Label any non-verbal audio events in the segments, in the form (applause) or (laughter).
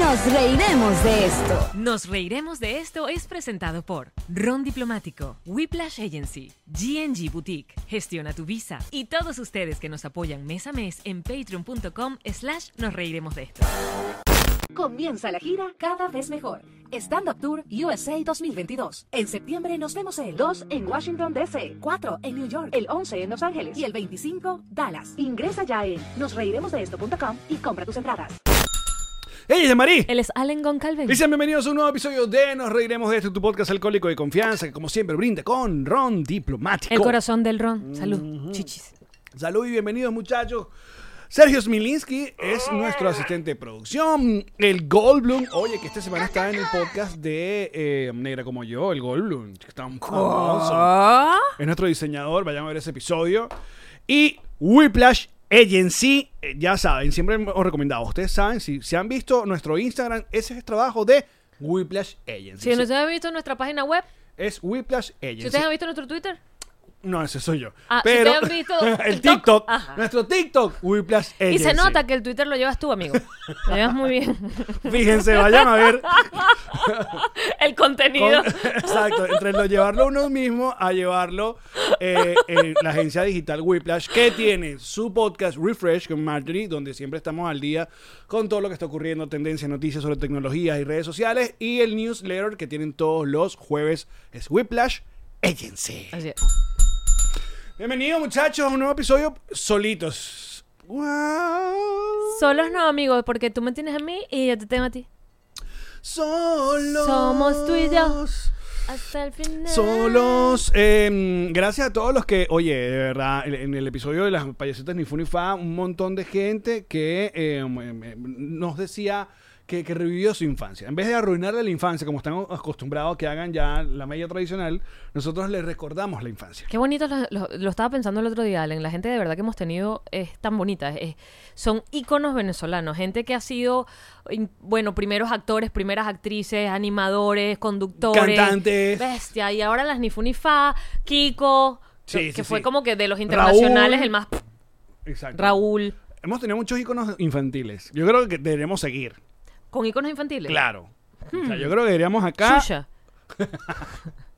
Nos reiremos de esto. Nos reiremos de esto es presentado por Ron Diplomático, Whiplash Agency, GNG Boutique, Gestiona tu Visa y todos ustedes que nos apoyan mes a mes en patreon.com slash nos reiremos de esto. Comienza la gira cada vez mejor. Stand Up Tour USA 2022. En septiembre nos vemos el 2 en Washington DC, 4 en New York, el 11 en Los Ángeles y el 25 Dallas. Ingresa ya en nosreiremosdeesto.com y compra tus entradas. ¡Ella es Marí! Él es Allen Goncalves. Y sean bienvenidos a un nuevo episodio de Nos Reiremos de este, tu podcast alcohólico de confianza, que como siempre brinda con Ron Diplomático. El corazón del Ron. Salud. Chichis. Salud y bienvenidos, muchachos. Sergio Smilinski es nuestro asistente de producción. El Goldblum. Oye, que esta semana está en el podcast de eh, Negra como yo, el Goldblum. que Está un famoso. Es nuestro diseñador. Vayan a ver ese episodio. Y Whiplash Agency. eh, Ya saben, siempre os recomendado. Ustedes saben, si, si han visto nuestro Instagram, ese es el trabajo de Whiplash Agency. Si no ustedes han visto nuestra página web, Es Whiplash Agency. si ustedes han visto nuestro Twitter, No, ese soy yo. Ah, si Pero ustedes han visto (laughs) el TikTok, TikTok, ajá. nuestro TikTok, Whiplash Agency. y se nota que el Twitter lo llevas tú, amigo. Lo llevas muy (laughs) bien. Fíjense, vayan (laughs) a ver. el con- contenido. (laughs) exacto, entre lo llevarlo uno mismo a llevarlo eh, en la agencia digital Whiplash, que tiene su podcast Refresh con Marjorie, donde siempre estamos al día con todo lo que está ocurriendo, tendencias, noticias sobre tecnologías y redes sociales, y el newsletter que tienen todos los jueves es Whiplash Agency. Así es. Bienvenidos, muchachos, a un nuevo episodio solitos. Wow. Solos no, amigo, porque tú me tienes a mí y yo te tengo a ti. Solos. Somos tú y yo. Hasta el final. Solos. Eh, gracias a todos los que, oye, de verdad, en- en el episodio de las payasetas ni fu ni fa, un montón de gente que eh, eh, nos decía que, que revivió su infancia. En vez de arruinarle la infancia, como están acostumbrados que hagan ya la media tradicional, nosotros les recordamos la infancia. Qué bonitos los- los- lo estaba pensando el otro día, Allen. La gente de verdad que hemos tenido es tan bonita. es- es- son íconos venezolanos. Gente que ha sido, in- bueno, primeros actores, primeras actrices, animadores, conductores. Cantantes. Bestia. Y ahora las Nifunifa, Kiko. Sí, que sí, fue sí. como que de los internacionales Raúl. el más... Exacto. Raúl. Hemos tenido muchos iconos infantiles. Yo creo que deberíamos seguir. Con íconos infantiles. Claro. O Hmm. sea, yo creo que deberíamos acá. Xuxa. (laughs)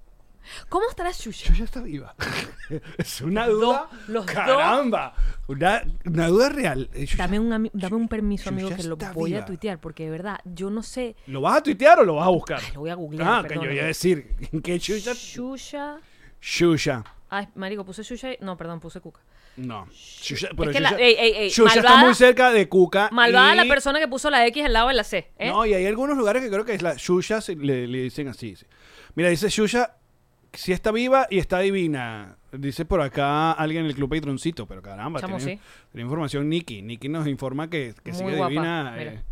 ¿Cómo estará Xuxa? Xuxa está viva. (laughs) es una duda. los dos. caramba. Una, una duda real. Eh, Xuxa, Dame un, ami- dame un permiso, Xuxa amigo, que lo está voy viva. a tuitear, porque de verdad, yo no sé... ¿Lo vas a tuitear o lo vas a buscar? Lo voy a googlear, Ah, que perdóname. yo iba a decir. ¿Qué Xuxa? Xuxa. Xuxa. Ay, marico, puse Xuxa. y- No, perdón, puse Cuca. No. Xuxa, pero Es que la- Xuxa, ey, ey, ey, Xuxa está malvada- muy cerca de Cuca. Malvada Ah, y- la persona que puso la X al lado de la C. ¿eh? No, y hay algunos lugares que creo que es la Xuxa se- le, le dicen así. sí. Mira, dice Xuxa, si está viva y está divina. Dice por acá alguien en el Club Patroncito, pero caramba, Chamo, tiene, sí. tiene información Nikki. Nikki nos informa que, que Muy sigue guapa, divina. mira. eh,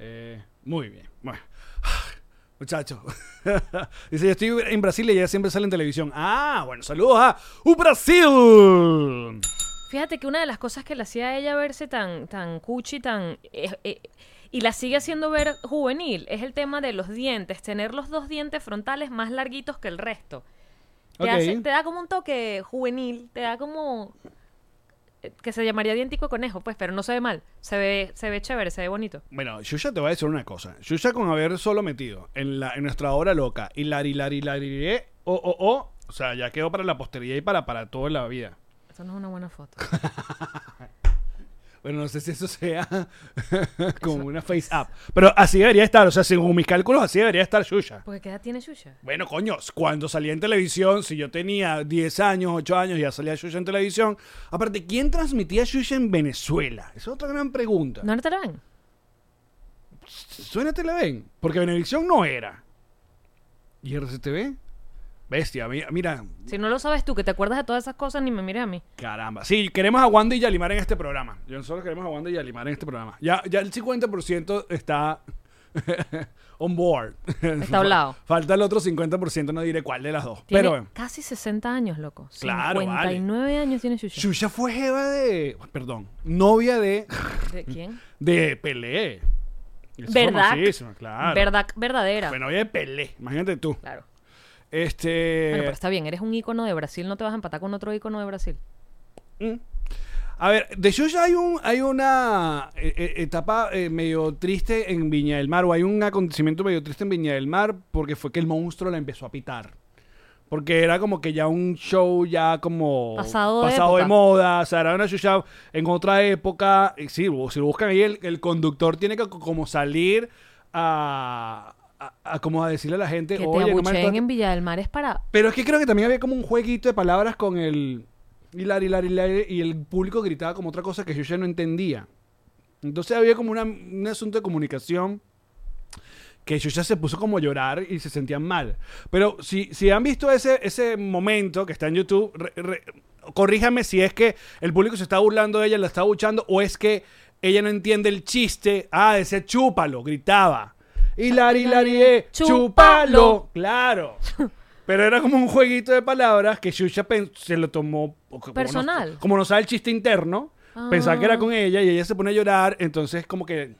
eh, muy bien. Bueno. (sighs) Muchachos. (laughs) dice, yo estoy en Brasil y ella siempre sale en televisión. Ah, bueno, saludos a ¡Un Brasil! Fíjate que una de las cosas que la hacía a ella verse tan, tan cuchi, tan. eh, eh, y la sigue haciendo ver juvenil, es el tema de los dientes, tener los dos dientes frontales más larguitos que el resto. Te, Ok. hace- te da como un toque juvenil, te da como. eh, que se llamaría dientico de conejo, pues, pero no se ve mal. Se ve, se ve chévere, se ve bonito. Bueno, Xuxa te voy a decir una cosa. Xuxa con haber solo metido en, la, en nuestra hora loca y lari lari lari eh, o o o, o sea, ya quedó para la posteridad y para, para toda la vida. Eso no es una buena foto. Pero no sé si eso sea (laughs) como una face up. Pero así debería estar. O sea, según mis cálculos, así debería estar Xuxa. (laughs) Porque ¿qué edad tiene Xuxa? Bueno, coño, cuando salía en televisión, si yo tenía 10 años, 8 años, ya salía Xuxa en televisión. Aparte, ¿quién transmitía Xuxa en Venezuela? Esa es otra gran pregunta. ¿No, no te la ven? Suena Televen, porque Venevisión no era. ¿Y RCTV? Bestia, mi- mira, Si no lo sabes tú, que te acuerdas de todas esas cosas, ni me mires a mí. caramba. Sí, queremos a Wanda y Yalimar en este programa. Yo solo queremos a Wanda y Yalimar en este programa. Ya, ya el 50% está (laughs) on board. Está hablado. (laughs) Falta el otro 50%, no diré cuál de las dos. Tiene Pero bueno. casi 60 años, loco. Claro, vale. 59 años tiene Xuxa. Xuxa fue jeva de. Perdón, novia de. ¿De quién? de Pelé. Es ¿Verdad? famosísima, Claro. Verdad, verdadera. Fue novia de Pelé, imagínate tú. Claro. Este. Bueno, pero está bien, eres un ícono de Brasil, no te vas a empatar con otro ícono de Brasil. A ver, de Xuxa hay, un, hay una eh, eh, etapa eh, medio triste en Viña del Mar, o hay un acontecimiento medio triste en Viña del Mar, porque fue que el monstruo la empezó a pitar. Porque era como que ya un show ya como Pasado de de, época. moda, o sea, era una Xuxa en otra época. Y sí, bu- si lo buscan ahí, el, el conductor tiene que co- como salir a, a- a como a decirle a la gente, Que "Oye, te no me abucheen trate-". en Villa del Mar es para. Pero es que creo que también había como un jueguito de palabras con el hilar, hilar, hilar, y el público gritaba como otra cosa que yo ya no entendía. Entonces había como una- un asunto de comunicación que yo ya se puso como a llorar y se sentían mal. Pero si, si han visto ese, ese momento que está en YouTube, re- re- corríjame si es que el público se está burlando de ella, la está buchando, o es que ella no entiende el chiste. Ah, decía chúpalo, gritaba. Hilar, hilar, eh, chúpalo. Chúpalo. Claro. Pero era como un jueguito de palabras que Xuxa pen- se lo tomó o que- como no- Personal. Ah. Como no sabe el chiste interno, pensaba que era con ella y ella se pone a llorar, entonces como que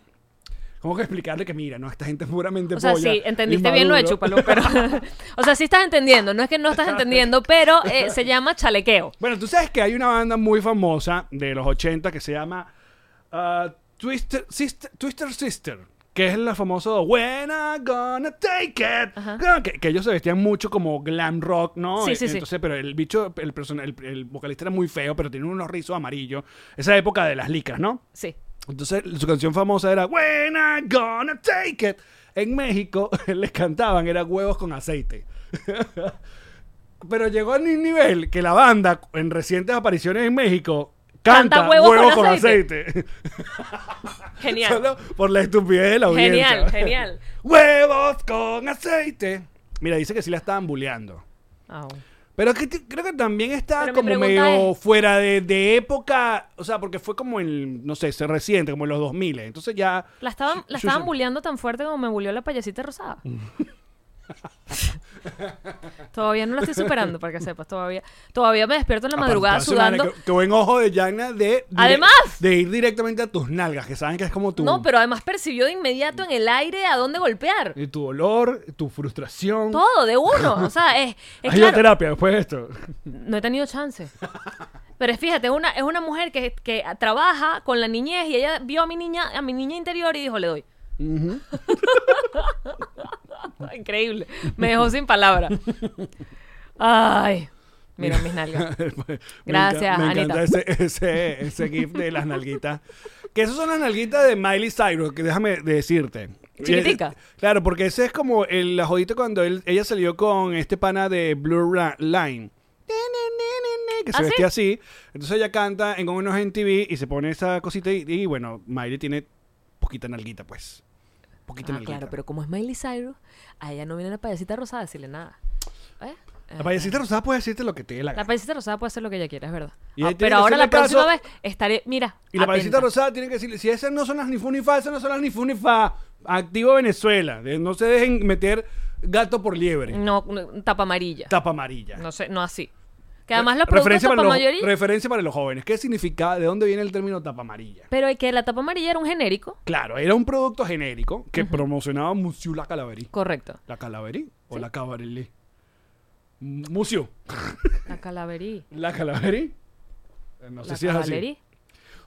como que explicarle que mira, no, esta gente es puramente O sea, polla, sí, entendiste bien lo de inmaduro. Chúpalo, (laughs) pero. (laughs) o sea, sí estás entendiendo, no es que no estás entendiendo, pero eh, se llama chalequeo. Bueno, tú sabes que hay una banda muy famosa de los 80 que se llama ah, Twister, Sister, Twister Sister, que es la famosa When I Gonna Take It, Ah, que, que ellos se vestían mucho como glam rock, ¿no? Sí, sí, sí. Entonces, pero el bicho, el, persona- el, el vocalista era muy feo, pero tenía unos rizos amarillos, esa época de las licras, ¿no? Sí. Entonces su canción famosa era When I Gonna Take It. En México (laughs) les cantaban, era huevos con aceite. (laughs) Pero llegó a un nivel que la banda, en recientes apariciones en México, canta, Canta huevos, huevos con, con aceite. (laughs) Genial. Solo por la estupidez de la audiencia. (laughs) Genial, genial. huevos con aceite. Mira, dice que sí la estaban bulleando. Ah, bueno. Pero que t- creo que también está Pero mi como pregunta medio es- fuera de, de época, o sea, porque fue como el, no sé, se reciente, como en los 2000, entonces ya... La estaban, la Su- estaban Susan. bulleando tan fuerte como me bulleó la payasita (laughs) rosada. todavía no la estoy superando, para que sepas. Todavía, todavía me despierto en la madrugada Aparte, hace una- sudando. Que, que buen ojo de Yana de... de- Además. De ir directamente a tus nalgas, que saben que es como tu... No, pero además percibió de inmediato en el aire a dónde golpear. y tu dolor, tu frustración. Todo, de uno. O sea, (laughs) es, es Hay claro. terapia después de esto. No he tenido chance. Pero fíjate, una, es una mujer que, que trabaja con la niñez y ella vio a mi niña, a mi niña interior y dijo, le doy. (laughs) Increíble. Me dejó sin palabra. Ay. Mira mis (laughs) nalgas. Pues, Me Gracias, encanta- Me encanta Anita. ese, ese, ese gif de las nalguitas. Que esas son las nalguitas de Miley Cyrus, que déjame decirte. Chiquitica. Eh, Claro, porque ese es como el, la jodita cuando él- ella salió con este pana de Blue Ra- Line. Que se ¿Ah, sí? vestía así. Entonces ella canta en unos MTV y se pone esa cosita. Y, y bueno, Miley tiene poquita nalguita, pues. Poquita Ah, nalguita. claro, pero como es Miley Cyrus, a ella no viene la payasita rosada a decirle nada. ¿Eh? La payasita rosada puede decirte lo que te dé la La gana. payasita rosada puede hacer lo que ella quiera, es verdad. Y Ah, ahí pero tiene que ahora la hacerle próxima caso- vez estaré, mira. Y la parecita atenta. rosada tiene que decirle, si esas no son las ni fu ni fa, esas no son las ni fu ni fa, activo Venezuela. De- No se dejen meter gato por liebre. No, no, tapa amarilla. Tapa amarilla. Mm. No sé, no así. Que además los productos referencia, tapa para los, mayoría. referencia para los jóvenes. ¿Qué significa? ¿De dónde viene el término tapa amarilla? Pero es que la tapa amarilla era un genérico. Claro, era un producto genérico que promocionaba Museo La Calaverí. Correcto. ¿La Calaverí o la Calaverí? Museo. La calaverí. ¿La Calaverí? Eh, No sé la si es así. cavalerí.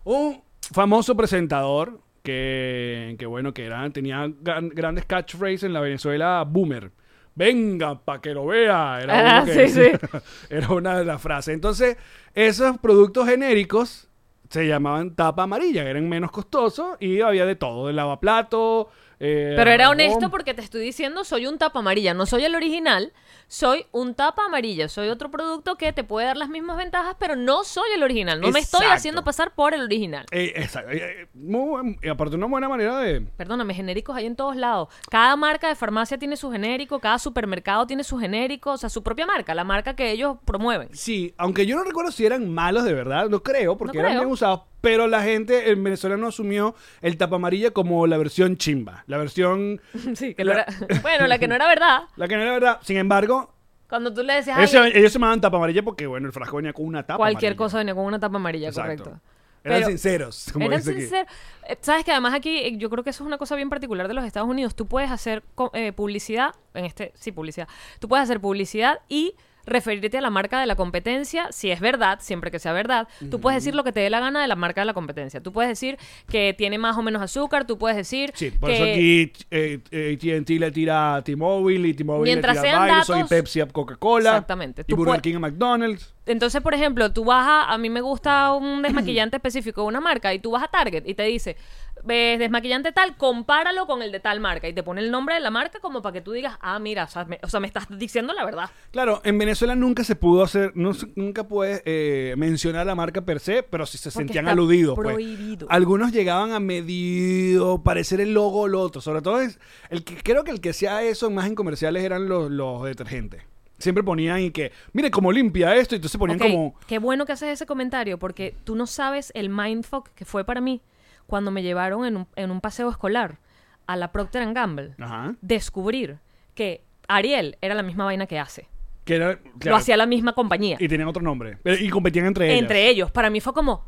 un famoso presentador que, que bueno, que era, tenía gran- grandes catchphrases en la Venezuela boomer. Venga, pa' que lo vea. Era, Ah, (laughs) uno que- sí, sí. era una de las frases. Entonces, esos productos genéricos se llamaban tapa amarilla, eran menos costosos y había de todo, de lavaplato. eh, Pero era jabón. honesto porque te estoy diciendo, soy un tapa amarilla, no soy el original, soy un tapa amarilla, soy otro producto que te puede dar las mismas ventajas, pero no soy el original, no me estoy Exacto. haciendo pasar por el original. Eh, exacto. eh, eh, muy buen- y aparte, una buena manera de. Perdóname, genéricos hay en todos lados. Cada marca de farmacia tiene su genérico, cada supermercado tiene su genérico, o sea, su propia marca, la marca que ellos promueven. Sí, aunque yo no recuerdo si eran malos de verdad, no creo, porque No eran creo. bien usados, pero la gente, el venezolano asumió el tapa amarilla como la versión chimba, la versión, (laughs) Sí, que no era- bueno, la que no era verdad. la que no era verdad. Sin embargo, Cuando tú le decías, "Ay, ellos, se- ellos se llamaban tapa amarilla porque, bueno, el frasco venía con una tapa cualquier amarilla. cosa venía con una tapa amarilla, ah, Exacto. correcto. Eran Pero- sinceros, como Eran dice aquí. sinceros. Eh, Sabes que además aquí, eh, yo creo que eso es una cosa bien particular de los Estados Unidos. Tú puedes hacer co- eh, publicidad, en este, sí, publicidad. Tú puedes hacer publicidad y referirte a la marca de la competencia, si es verdad, siempre que sea verdad. Tú puedes decir lo que te dé la gana de la marca de la competencia. Tú puedes decir que tiene más o menos azúcar, tú puedes decir Sí, por que... eso aquí eh, eh, AT&T le tira a T-Mobile y T-Mobile le Mientras tira sean a Virus y datos- Pepsi a Coca-Cola. Exactamente. Y Tú Burger pue- King a McDonald's. Entonces, por ejemplo, tú vas a... A mí me gusta (clears throat) un desmaquillante específico de una marca y tú vas a Target y te dice, ves desmaquillante tal, compáralo con el de tal marca y te pone el nombre de la marca como para que tú digas, ah, mira, o sea, me, o sea, me estás diciendo la verdad. Claro, en Venezuela nunca se pudo hacer, no se- nunca puedes eh, mencionar la marca per se, pero sí se Porque sentían está aludidos. pues. prohibido. Algunos llegaban a medio parecer el logo o lo otro. Sobre todo, es, el que, creo que el que hacía eso más en comerciales eran los, los detergentes. Siempre ponían y que, mire cómo limpia esto, y entonces ponían Ok, como... Qué bueno que haces ese comentario porque tú no sabes el mindfuck que fue para mí cuando me llevaron en un, en un paseo escolar a la Procter and Gamble. Ajá. Descubrir que Ariel era la misma vaina que hace. Que era, Lo claro, hacía la misma compañía. Y tenían otro nombre. Pero- Y competían entre ellos. entre ellos. Para mí fue como.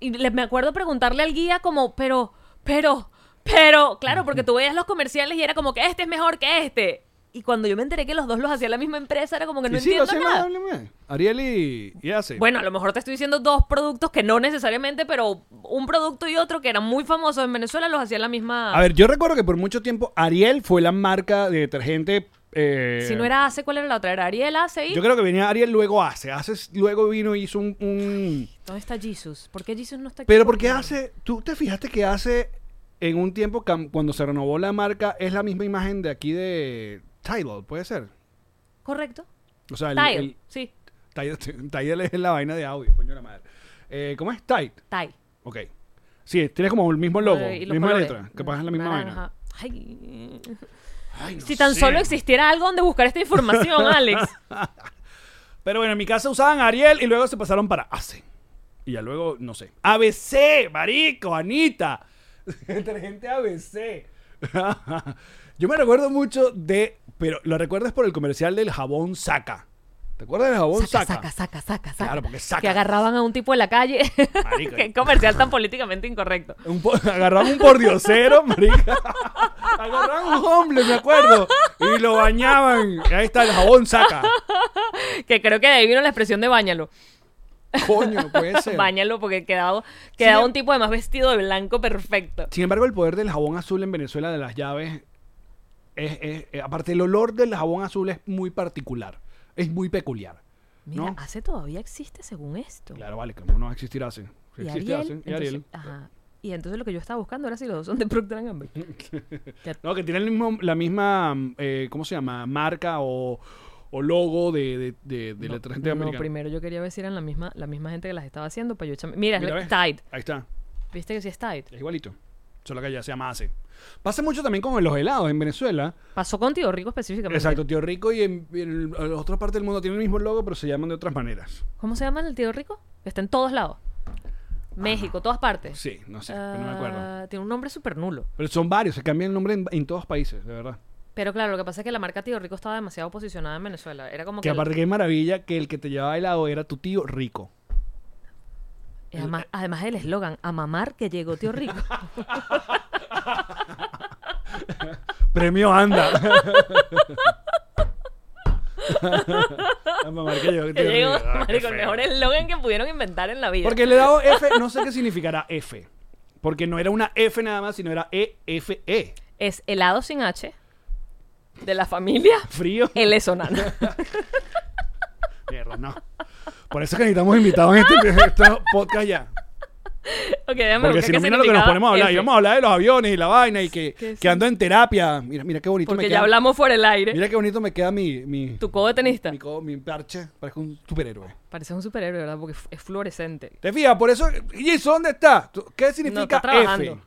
Y le- me acuerdo preguntarle al guía, como, pero, pero, pero. Claro, porque tú veías los comerciales y era como que este es mejor que este. Y cuando yo me enteré que los dos los hacía la misma empresa, era como que no Y sí, lo entiendo hacían nada. amablemente. Ariel y, y Ace. Bueno, a lo mejor te estoy diciendo dos productos que no necesariamente, pero un producto y otro que eran muy famosos en Venezuela los hacían la misma. A ver, yo recuerdo que por mucho tiempo Ariel fue la marca de detergente. eh, si no era Ace, ¿cuál era la otra? Era Ariel Ace y. Yo creo que venía Ariel luego Ace. Ace luego vino y hizo un. un- ¿Dónde está Jesus? ¿Por qué Jesus no está aquí? Pero porque Ace. ¿Tú te fijaste que Ace en un tiempo cam- cuando se renovó la marca es la misma imagen de aquí de Tidal? ¿Puede ser? Correcto. O sea, el. Tile, el- sí. Tidal, (laughs) Tidal es la vaina de audio, coño de la madre. Eh, ¿Cómo es? Tide. Tile. Ok. Sí, tienes como el mismo logo, Eh, y los misma colores. letra. Capaz es la misma Naranja. vaina. Ay. Ay, no si tan sé. solo existiera algo donde buscar esta (laughs) información, Alex. Pero bueno, en mi casa usaban Ariel y luego se pasaron para AC. Y ya luego, no sé. ABC, marico, Anita. (laughs) Detergente ABC. (laughs) Yo me recuerdo mucho de. Pero lo recuerdas por el comercial del jabón Saca. ¿Te acuerdas del jabón Saca? saca, saca, saca, saca. Claro, porque saca. Que agarraban a un tipo en la calle. (laughs) Marico. eh. Qué comercial tan políticamente incorrecto. Un po- (laughs) agarraban un pordiosero, marica. (laughs) agarraban un hombre, me acuerdo. Y lo bañaban. Ahí está el jabón Saca. Que creo que de ahí vino la expresión de bañalo. Coño, puede ser. Báñalo porque quedaba, quedaba Sí. un tipo además vestido de blanco perfecto. Sin embargo, el poder del jabón azul en Venezuela de las llaves es, es- eh, aparte el olor del jabón azul es muy particular, es muy peculiar. Mira, ¿No? hace todavía existe según esto. Claro, vale, como no va a existir hace. Si y Ariel, existe hace, y entonces- Ariel. ajá. Y entonces lo que yo estaba buscando era si los dos son de Procter and (laughs) Gamble. No, que tienen el mismo, la misma, mm, eh, ¿cómo se llama? Marca o, o logo de, de, de, de No, detergente no, americano. primero yo quería ver si eran la misma, la misma gente que las estaba haciendo para yo echarme- Mira, Mira, ¿ves? es Tide. Ahí está, ¿Viste que sí es Tide? es igualito. Solo que ya se llama hace. Pasa mucho también con los helados en Venezuela. Pasó con Tío Rico específicamente. Exacto, Tío Rico y en, y en el- en otras partes del mundo tienen el mismo logo, pero se llaman de otras maneras. ¿Cómo se llama el Tío Rico? Está en todos lados. México, todas partes. Ah. Sí, no sé, pero no me acuerdo. Ah, tiene un nombre súper nulo. Pero son varios, se cambia el nombre en, en todos países, de verdad. Pero claro, lo que pasa es que la marca Tío Rico estaba demasiado posicionada en Venezuela. Era como que. Que aparte que maravilla que el que te llevaba helado era tu tío rico. y además, además el eslogan, a mamar que llegó Tío (laughs) Rico. (laughs) Premio anda. La (laughs) mamá que (laughs) llegó, que tío llegó, rico. Ah, qué marico, el feo. mejor eslogan que pudieron inventar en la vida. Porque el helado F, no sé qué significará F. Porque no era una F nada más, sino era E, E-F-E. Es helado sin H de la familia Frío. El (laughs) Esonana. Mierda, no. Por eso es que necesitamos invitados en este, en este podcast ya. (laughs) Ok, déjame Porque buscar si qué no, mira lo que nos significaba ponemos a hablar. F. Y vamos a hablar de los aviones y la vaina y que, ¿Qué que es? ando en terapia. Mira, mira qué bonito me Porque queda. ya hablamos fuera del aire. Mira qué bonito me queda mi, mi, Tu codo de tenista. mi, co- mi parche. Parezco un superhéroe. Parece un superhéroe, ¿verdad? Porque f- es fluorescente. ¿Te fijas? Por eso, Jason, ¿dónde está? ¿Tú- ¿Qué No, significa está trabajando. F?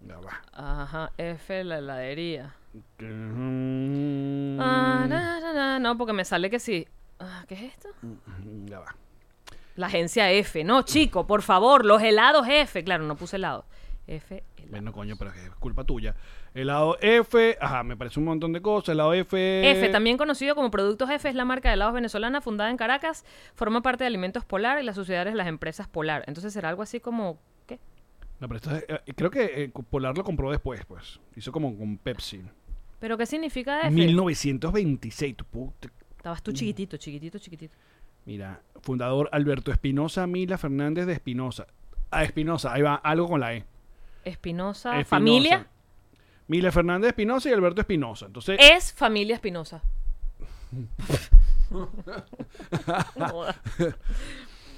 Ya va. Ajá, F la heladería. Mm, Ah, na, na, na, No, porque me sale que sí. Ah, ¿Qué es esto? Ya va. La agencia F. No, chico, por favor, los helados F. Claro, no puse helados. F, helado. Bueno, coño, pero es culpa tuya. El lado F, ajá, me parece un montón de cosas. El lado F. F, también conocido como Productos F, es la marca de helados venezolana fundada en Caracas. Forma parte de Alimentos Polar y las sociedades de las empresas Polar. Entonces será algo así como. ¿Qué? No, pero esto es- eh, creo que eh, Polar lo compró después, pues. Hizo como con Pepsi. ¿Pero qué significa Ah, F? 1926, tu puta. Estabas tú chiquitito, chiquitito, chiquitito. Mira, fundador Alberto Espinosa Mila Fernández de Espinosa. Ah, Espinosa, ahí va, algo con la E. Espinosa, Espinosa. familia. Mila Fernández Espinosa y Alberto Espinosa. Entonces, Es familia Espinosa. No jodas.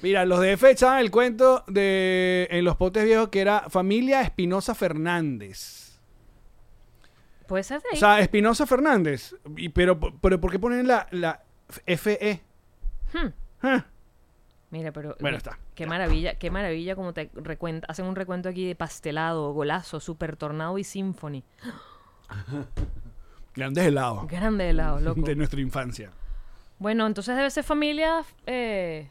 mira, los de F echaban el cuento de en los potes viejos que era familia Espinosa Fernández. Puede ser de ahí. O sea, Espinosa Fernández. Y, pero, pero, ¿por qué ponen la, la FE? Hmm. Ah, Mira, pero Bueno, está. qué maravilla, qué maravilla como te recuent- hacen un recuento aquí de pastelado, golazo, super tornado y symphony. Grandes helados Grande helado, loco. de nuestra infancia. (laughs) Bueno, entonces debe ser familia eh,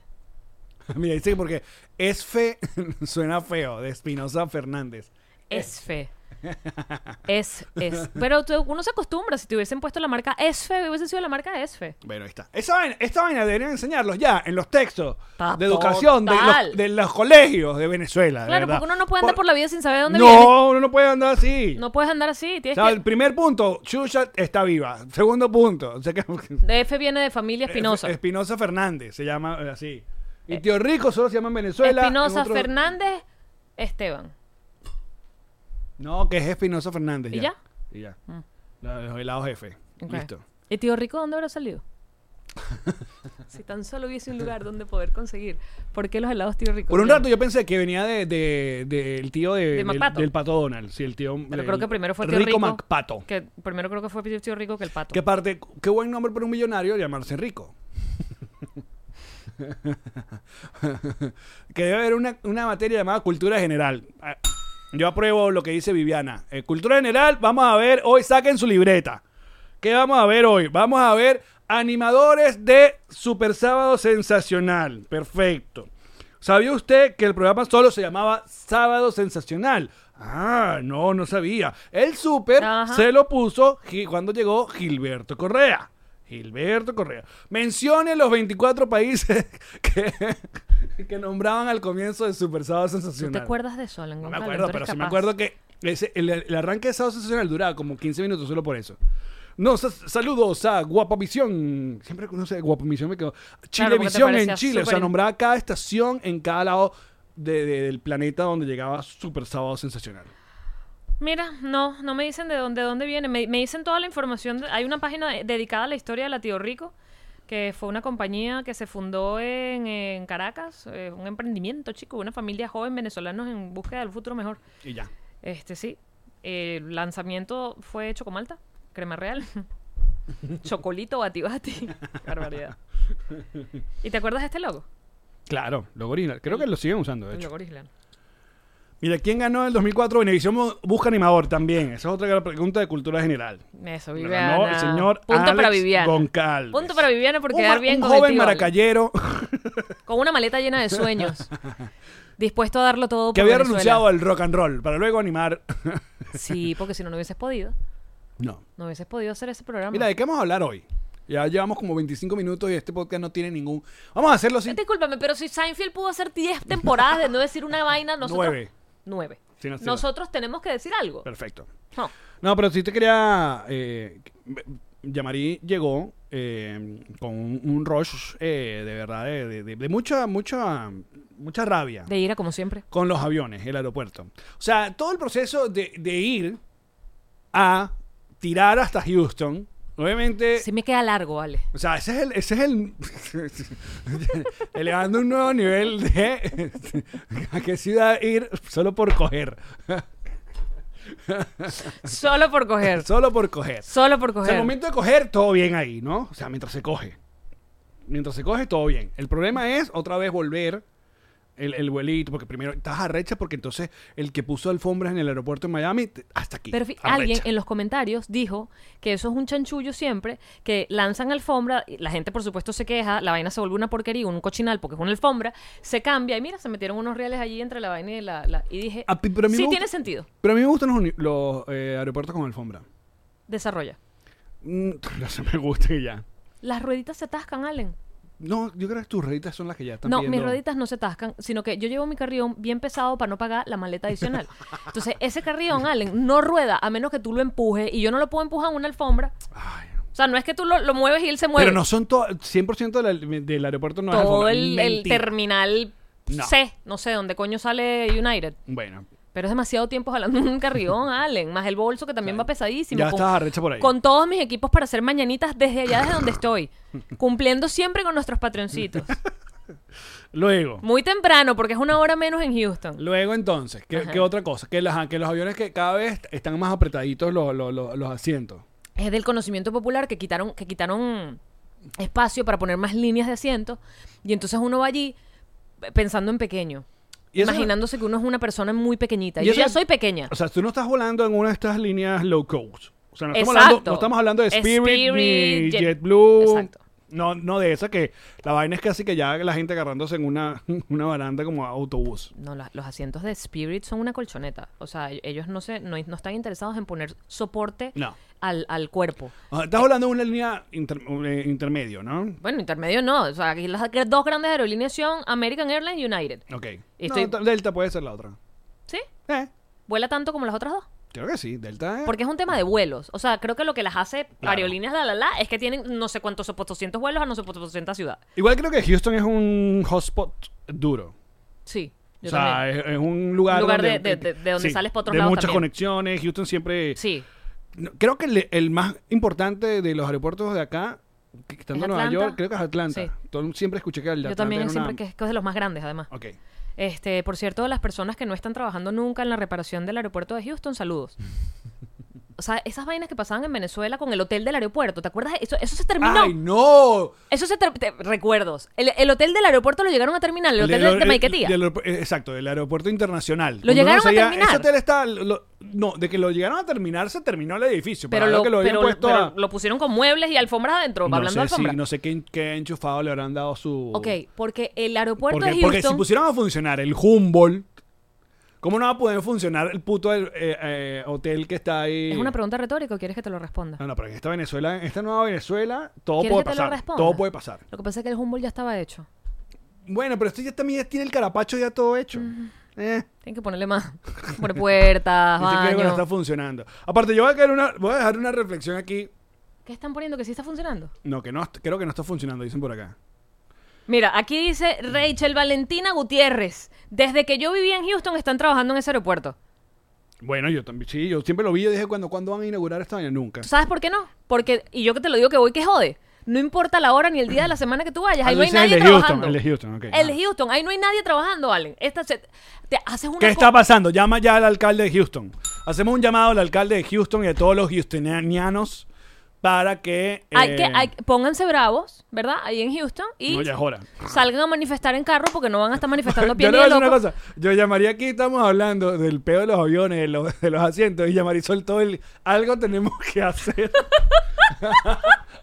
Mira, dice que porque es fe (laughs) suena feo, de Espinosa Fernández. Esfe. Es, es. Pero tú- uno se acostumbra, si te hubiesen puesto la marca Esfe, hubiese sido la marca Esfe. Bueno, ahí está. Esa vaina, esta vaina deberían enseñarlos ya en los textos Ta- de educación de total. los, de los colegios de Venezuela. de Claro, verdad. porque uno no puede andar por, la vida sin saber de dónde No, viene. uno no puede andar así. No puedes andar así, o tienes sea, que... el primer punto, Chucha está viva. Segundo punto, o sea que- (laughs) De F viene de familia Espinosa. Espinosa Fernández se llama eh, así. Y Tío Rico solo se llama en Venezuela. en Espinosa otro- Fernández Esteban. No, que es Espinosa Fernández. ¿Y Mm. ya? Y ya. La- Los helados jefe. Ok. Listo. ¿Y tío Rico dónde habrá salido? (laughs) si tan solo hubiese un lugar donde poder conseguir. ¿Por qué los helados tío Rico? Por un Bien. rato yo pensé que venía de, de- del tío de- De del, Macpato. del Pato Donald. Sí, el tío. Pero del- creo que primero fue tío Rico. Rico Macpato. Que primero creo que fue tío Rico que el pato. Que aparte, qué buen nombre para un millonario llamarse Rico. que debe haber una, una materia llamada cultura general. Ah, Yo apruebo lo que dice Viviana. Eh, cultura general, vamos a ver hoy, saquen su libreta. ¿Qué vamos a ver hoy? Vamos a ver animadores de Super Sábado Sensacional. Perfecto. ¿Sabía usted que el programa solo se llamaba Sábado Sensacional? Ah, no, no sabía. El Super Ajá. se lo puso Gi- cuando llegó Gilberto Correa. Gilberto Correa. Mencione los 24 países (laughs) que, que nombraban al comienzo de Super Sábado ¿Tú Sensacional. te acuerdas de eso, Alan No me Gonzalo? acuerdo, Tú pero eres sí me capaz. acuerdo que ese- el, el arranque de Sábado Sensacional duraba como 15 minutos solo por eso. No, sa- saludos a Guapavisión. Siempre no sé, Guapavisión me quedó. Chilevisión parecía en Chile. O sea, súper- nombraba cada estación en cada lado de- de- del planeta donde llegaba Super Sábado Sensacional. Mira, no, no me dicen de dónde, de dónde viene. Me, me dicen toda la información. de- hay una página de- dedicada a la historia de la Tío Rico, que fue una compañía que se fundó en, en Caracas, eh, un emprendimiento, chico, una familia joven venezolanos en búsqueda del futuro mejor. Y ya. Este sí. El lanzamiento fue Chocomalta, crema real. Chocolito bati bati. Barbaridad. ¿Y te acuerdas de este logo? Claro, logo original. Creo que lo siguen usando, de El hecho. logo original. Mira, ¿quién ganó en el 2004? Benevisión Mo- busca animador también. Esa es otra gran pregunta de cultura general. Eso, Lo Viviana. ganó el señor Punto Alex para Viviana. Goncalves. Punto para Viviana por Un quedar ma- bien un con el joven tío Ale. maracayero Con una maleta llena de (laughs) sueños. dispuesto a darlo todo que por había Venezuela. renunciado al rock and roll para luego animar. (laughs) (clears throat) Sí, porque si no, no hubieses podido. no. No hubieses podido hacer ese programa. Mira, ¿de qué vamos a hablar hoy? Ya llevamos como 25 minutos y este podcast no tiene ningún. Vamos a hacerlo Eh, sin, Discúlpame, pero si Seinfeld pudo hacer 10 temporadas de no decir una vaina, nosotros... Nueve. Nueve. Sí, no, sí, no. nosotros tenemos que decir algo. Perfecto. No. No, pero sí te quería. Eh, Yamari llegó eh, con un, un rush eh, de verdad de, de- de- de mucha, mucha, mucha rabia De ira, como siempre. con los aviones, el aeropuerto. O sea, todo el proceso de, de ir a tirar hasta Houston Obviamente, Sí me queda largo, (laughs) vale. o sea, ese es el, ese es el (laughs) elevando un nuevo nivel de (laughs) a qué ciudad ir solo por coger, Solo por coger. solo por coger. Solo por O sea, coger. el momento de coger, todo bien ahí, ¿no? O sea, mientras se coge. Mientras se coge, todo bien. El problema es otra vez volver el, el vuelito, porque primero estás arrecha, porque entonces el que puso alfombras en el aeropuerto en Miami, te- hasta aquí. Pero fi- arrecha. alguien en los comentarios dijo que eso es un chanchullo siempre, que lanzan alfombra, y la gente por supuesto se queja, la vaina se vuelve una porquería, un cochinal porque es una alfombra, se cambia y mira, se metieron unos reales allí entre la vaina y la... la- y dije, Ah, pi- pero a mí sí me gusta- tiene sentido, Pero a mí me gustan los, uni- los, eh, aeropuertos con alfombra. desarrolla. Mm, (laughs) no se me gusta y ya. Las rueditas se atascan, Allen. No, yo creo que tus rueditas son las que ya están No, pidiendo- mis rueditas no se atascan, sino que yo llevo mi carrión bien pesado para no pagar la maleta adicional. Entonces, ese carrión, Allen, no rueda a menos que tú lo empujes y yo no lo puedo empujar en una alfombra. Ay, O sea, no es que tú lo, lo mueves y él se mueve. pero no son todo, 100% del, del aeropuerto no es todo alfombra. el, el Mentira. terminal No. C, no sé dónde coño sale United. Bueno, Pero es demasiado tiempo jalando un carrión, Allen. Más el bolso que también va pesadísimo. ya con, estás arrecha por ahí. con todos mis equipos para hacer mañanitas desde allá, desde donde estoy. Cumpliendo siempre con nuestros patroncitos. Luego. Muy temprano, porque es una hora menos en Houston. Luego entonces, ¿qué, Ajá. qué otra cosa? Que, las, que los aviones que cada vez están más apretaditos los, los, los- los asientos. Es del conocimiento popular que quitaron, que quitaron espacio para poner más líneas de asiento. Y entonces uno va allí pensando en pequeño. Y eso- imaginándose que uno es una persona muy pequeñita. y Yo eso- ya soy pequeña. O sea, tú no estás volando en una de estas líneas low cost. O sea, no estamos, Exacto. hablando, no estamos hablando de Spirit, ni Spirit, Jet- JetBlue. Exacto. No, no de esa que la vaina es casi que ya la gente agarrándose en una, (laughs) una baranda como autobús. No, la- los asientos de Spirit son una colchoneta. O sea, e- ellos no se, no, no están interesados en poner soporte No. al, al cuerpo. O sea, estás hablando de una línea inter- eh, intermedio, ¿no? Bueno, intermedio no. O sea, aquí las que- dos grandes aerolíneas son American Airlines y United. Ok. Y No, estoy- ta- Delta puede ser la otra. ¿Sí? Eh, ¿Vuela tanto como las otras dos? creo que sí. Delta eh. es... Porque es un tema de vuelos. O sea, creo que lo que las hace Claro. aerolíneas, la, la, la, es que tienen no sé cuántos 800 vuelos a no sé cuántos 800 ciudad. Igual creo que Houston es un hotspot duro. Sí. yo o sea, también. es, es un lugar, Un lugar donde, de- de- de donde sales pa' otros de lados muchas también. conexiones. Houston siempre. Sí. No, Creo que el, el más importante de los aeropuertos de acá, que ¿Es estando en Nueva Atlanta? York, creo que es Atlanta. Sí. Todo el- siempre escuché que el de Yo Atlanta también era siempre una- que es, que es de los más grandes, además. Ok. Este, por cierto, las personas que no están trabajando nunca en la reparación del aeropuerto de Houston, (laughs) saludos. O sea, esas vainas que pasaban en Venezuela con el hotel del aeropuerto, ¿te acuerdas? Eso, eso se terminó. ¡Ay, no! Eso se ter- te- recuerdos. El, el hotel del aeropuerto lo llegaron a terminar, el hotel de, de Maiquetía. del aeropu- eh, exacto, del aeropuerto internacional. Cuando llegaron uno a sabía, terminar. Ese hotel está. lo- no, de que lo llegaron a terminar, se terminó el edificio. pero ahora lo, que lo habían pero- puesto pero a- lo pusieron con muebles y alfombras adentro, no hablando de sé, si- alfombra. no sé qué, qué enchufado le habrán dado su. Ok, porque el aeropuerto Porque, de porque Houston. si pusieran a funcionar el Humboldt, ¿cómo no va a poder funcionar el puto eh, eh, hotel que está ahí? Es una pregunta retórica, o ¿quieres que te lo responda? No, no, pero en esta Venezuela, en esta nueva Venezuela, todo ¿Quieres puede que te lo pasar. responda? Todo puede pasar. Lo que pasa es que el Humboldt ya estaba hecho. Bueno, pero esto ya también ya tiene el carapacho ya todo hecho. Eh, Tienen que ponerle más. (laughs) Poner puertas, ni siquiera cuando baños. está funcionando. Aparte, yo voy a, caer una- voy a dejar una reflexión aquí. ¿Qué están poniendo que sí está funcionando? No, que no, creo que no está funcionando, dicen por acá. Mira, aquí dice Rachel Valentina Gutiérrez. Desde que yo vivía en Houston están trabajando en ese aeropuerto. Bueno, yo también, sí, yo siempre lo vi y dije, ¿cuándo, ¿cuándo van a inaugurar esta vaina? Nunca. ¿Tú sabes por qué no? Porque, y yo que te lo digo que voy que jode. No importa la hora ni el día de la semana que tú vayas, Ah, ahí tú no hay dices nadie el de Houston, trabajando. el de Houston, ok. El Ah. de Houston, ahí no hay nadie trabajando, Allen. Esta se- te haces una ¿Qué co- está pasando? Llama ya al alcalde de Houston. Hacemos un llamado al alcalde de Houston y a todos los houstonianos para que... hay eh, que, hay- pónganse bravos, ¿verdad? Ahí en Houston y No, ya es hora. salgan a manifestar en carro porque no van a estar (laughs) manifestando a pie Yo ni le voy a de decir una loco. cosa. Yo llamaría aquí, estamos hablando del peo de los aviones, de los, de los asientos, y llamaría todo el... Algo tenemos que hacer. (laughs)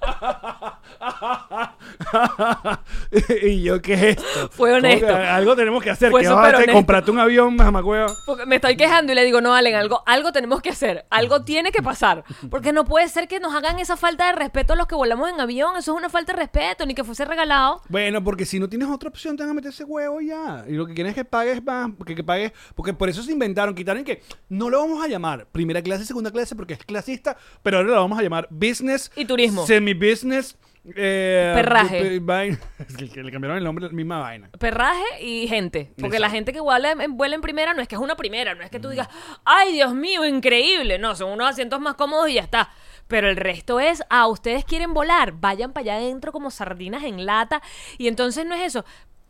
y yo, ¿qué es esto? Fue ¿Cómo honesto. que algo tenemos que hacer. Fue ¿Qué vas a súper hacer? honesto. Comprate un avión, mamacueva. Porque me estoy quejando y le digo, no, Allen, algo, algo tenemos que hacer, (laughs) algo tiene que pasar. Porque no puede ser que nos hagan esa falta de respeto a los que volamos en avión, eso es una falta de respeto, ni que fuese regalado. Bueno, porque si no tienes otra opción, te van a meter ese huevo y ya. Y lo que quieren es que pagues más, porque que pagues, porque por eso se inventaron, quitaron que no lo vamos a llamar primera clase, segunda clase, porque es clasista, pero ahora lo vamos a llamar business Y turismo. semi-business, eh, Perraje. pe- pe- vaina. (laughs) Es que- que le cambiaron el nombre, la misma vaina. Perraje y gente. Porque la Exacto. gente que vuela en, vuela en primera no es que es una primera, no es que tú digas, ay Dios mío, increíble. No, son unos asientos más cómodos y ya está. Pero el resto es, ah, ustedes quieren volar, vayan para allá adentro como sardinas en lata. Y entonces no es eso.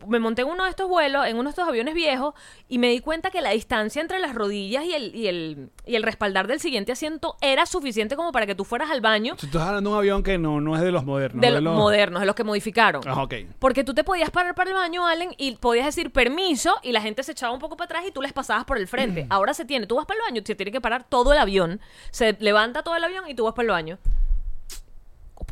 Me monté en uno de estos vuelos, en uno de estos aviones viejos, y me di cuenta que la distancia entre las rodillas y el, y el, y el respaldar del siguiente asiento era suficiente como para que tú fueras al baño Si tú estás hablando de un avión que no, no es de los modernos. de los modernos, de los que modificaron. Ah, ok. Porque tú te podías parar para el baño, Allen, y podías decir permiso, y la gente se echaba un poco para atrás y tú les pasabas por el frente. Ahora se tiene, tú vas para el baño, se tiene que parar todo el avión. Se levanta todo el avión y tú vas para el baño.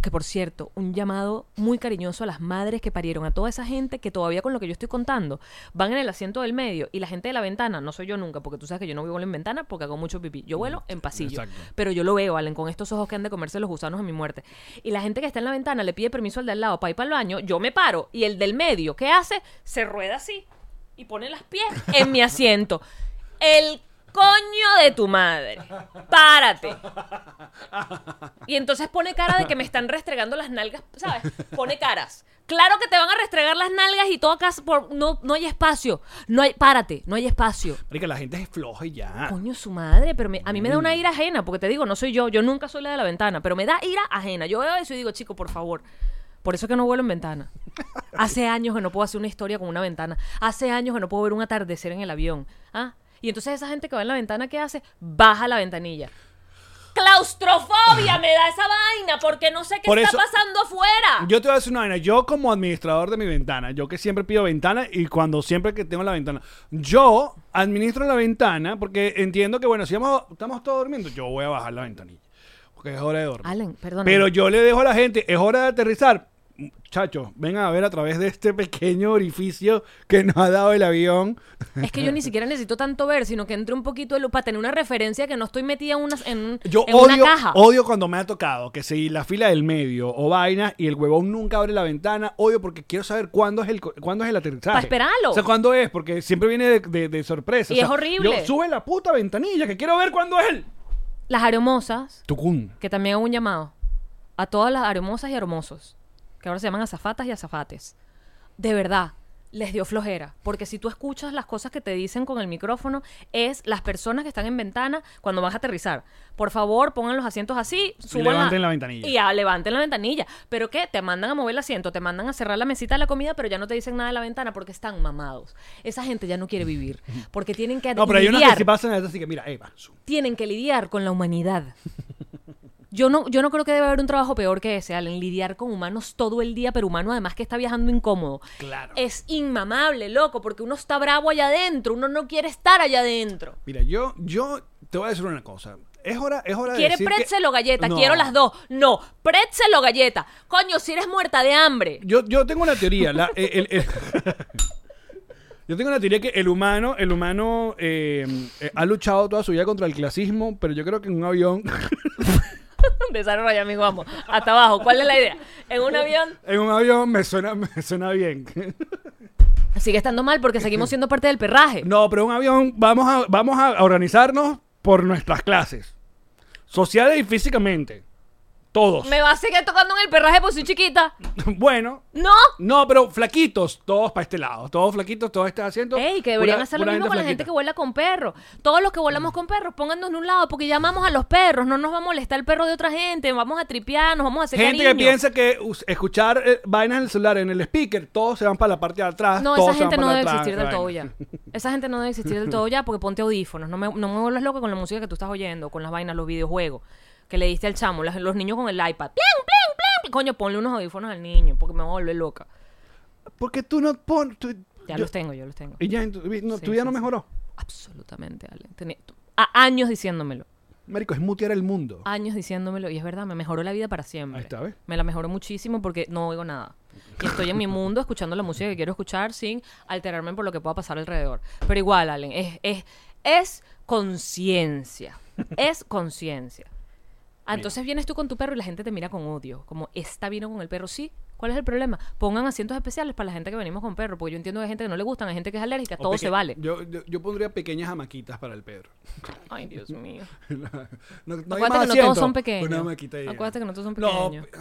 Que por cierto, un llamado muy cariñoso a las madres que parieron, a toda esa gente que todavía con lo que yo estoy contando van en el asiento del medio y la gente de la ventana, no soy yo nunca, porque tú sabes que yo no vivo en ventana porque hago mucho pipí. Yo vuelo en pasillo. Exacto. Pero yo lo veo, Allen, con estos ojos que han de comerse los gusanos en mi muerte. Y la gente que está en la ventana le pide permiso al de al lado para ir para el baño, yo me paro y el del medio, ¿qué hace? Se rueda así y pone las pies en mi asiento. El coño de tu madre. Párate. Y entonces pone cara de que me están restregando las nalgas, ¿sabes? Pone caras. Claro que te van a restregar las nalgas y todo acá por- no, no hay espacio. No hay, párate, no hay espacio. Marica, la gente es floja y ya. Coño, su madre, pero me- a mí me da una ira ajena, porque te digo, no soy yo, yo nunca soy la de la ventana, pero me da ira ajena. Yo veo eso y digo, chico, por favor. Por eso que no vuelo en (laughs) ventana. Hace años que no puedo hacer una historia con una ventana. Hace años que no puedo ver un atardecer en el avión. ¿Ah? Y entonces esa gente que va en la ventana, ¿qué hace? Baja la ventanilla. ¡Claustrofobia me da esa vaina! Porque no sé qué Por está eso- pasando afuera. Yo te voy a decir una vaina. Yo, como administrador de mi ventana, yo que siempre pido ventana y cuando siempre que tengo la ventana, yo administro la ventana porque entiendo que, bueno, si vamos- estamos todos durmiendo, yo voy a bajar la ventanilla porque es hora de dormir. Allen, perdóname. Pero yo le dejo a la gente, es hora de aterrizar. Muchachos, vengan a ver a través de este pequeño orificio que nos ha dado el avión. Es que yo ni siquiera necesito tanto ver, sino que entre un poquito de luz para tener una referencia que no estoy metida en una, en, un- Yo en odio, una caja. odio cuando me ha tocado que si la fila del medio o vainas y el huevón nunca abre la ventana, odio porque quiero saber cuándo es el co- cuándo es el aterrizaje. Pa' esperarlo. O sea, cuándo es, porque siempre viene de, de- de sorpresa. Y O sea, es horrible. Yo sube la puta ventanilla que quiero ver cuándo es el Las aromosas, tucún. que también hago un llamado a todas las aromosas y aromosos, que ahora se llaman azafatas y azafates. De verdad, les dio flojera, porque si tú escuchas las cosas que te dicen con el micrófono, es las personas que están en ventana cuando vas a aterrizar. Por favor, pongan los asientos así, suban levanten la ventanilla. Y ah, levanten la ventanilla. ¿Pero qué? Te mandan a mover el asiento, te mandan a cerrar la mesita de la comida, pero ya no te dicen nada de la ventana porque están mamados. Esa gente ya no quiere vivir, porque tienen que No, pero hay unos que lidiar sí pasan esto, así que mira, Eva, su- tienen que lidiar con la humanidad. Yo no, yo no creo que debe haber un trabajo peor que ese, Allen, lidiar con humanos todo el día, pero humano además que está viajando incómodo. Claro. Es inmamable, loco, porque uno está bravo allá adentro, uno no quiere estar allá adentro. Mira, yo, yo te voy a decir una cosa. Es hora, es hora de ¿Quiere decir que- pretzel o galleta? No. Quiero las dos. No, pretzel o galleta. Coño, si eres muerta de hambre. (laughs) Yo, yo tengo una teoría. la- eh, el- (laughs) el- el- yo tengo una teoría que el humano, el humano eh, eh, ha luchado toda su vida contra el clasismo, pero yo creo que en un avión, (laughs) Desarrolla, amigo, vamos. Hasta abajo. ¿Cuál es la idea? En un avión en un avión me suena, me suena bien. (laughs) sigue estando mal porque seguimos siendo parte del perraje. No, pero en un avión vamos a, vamos a organizarnos por nuestras clases, sociales y físicamente. Todos. Me va a seguir tocando en el perraje por soy chiquita. (laughs) Bueno. No. No, pero flaquitos, todos para este lado, todos flaquitos, todos este asiento. Ey, que deberían pura- hacer lo pura mismo con la flaquita. Mm. gente que vuela con perros. Todos los que volamos con perros, póngannos en un lado, porque llamamos a los perros, no nos va a molestar el perro de otra gente, vamos a tripear, nos vamos a hacer Gente que cariño. piensa que us- escuchar eh, vainas en el celular, en el speaker, todos se van para la parte de atrás. No, todos esa se van gente no para debe atrás, existir del vaina. todo ya. (laughs) Esa gente no debe existir del todo ya porque ponte audífonos. No me, no me vuelvas loco con la música que tú estás oyendo, con las vainas, los videojuegos que le diste al chamo, las- los niños con el iPad. ¡Plin, plin, plin! Coño, ponle unos audífonos al niño porque me voy a volver loca. Porque tú no pon, tú- Ya yo- los tengo, yo los tengo. Y ya, en tu, no, Sí, tu vida sí, no sí. mejoró. Absolutamente, Ale. Tenía- a años diciéndomelo. Marico, es mutear el mundo. años diciéndomelo y es verdad, me mejoró la vida para siempre. Ahí está, ¿ves? Me la mejoró muchísimo porque no oigo nada. Y estoy en mi mundo escuchando la música que quiero escuchar sin alterarme por lo que pueda pasar alrededor. Pero igual, Allen, es, es, es conciencia. Es conciencia. Ah, Entonces vienes tú con tu perro y la gente te mira con odio. Como, ¿está vino con el perro? Sí. ¿Cuál es el problema? Pongan asientos especiales para la gente que venimos con perro, porque yo entiendo que hay gente que no le gustan, hay gente que es alérgica, O todo peque- se vale. Yo, yo, yo pondría pequeñas hamaquitas para el Pedro. (laughs) Ay, Dios mío. no, no hay más Acuérdate que no asiento. todos son pequeños. Pues Una hamaquita ahí. Acuérdate que no todos son No, pequeños. pe-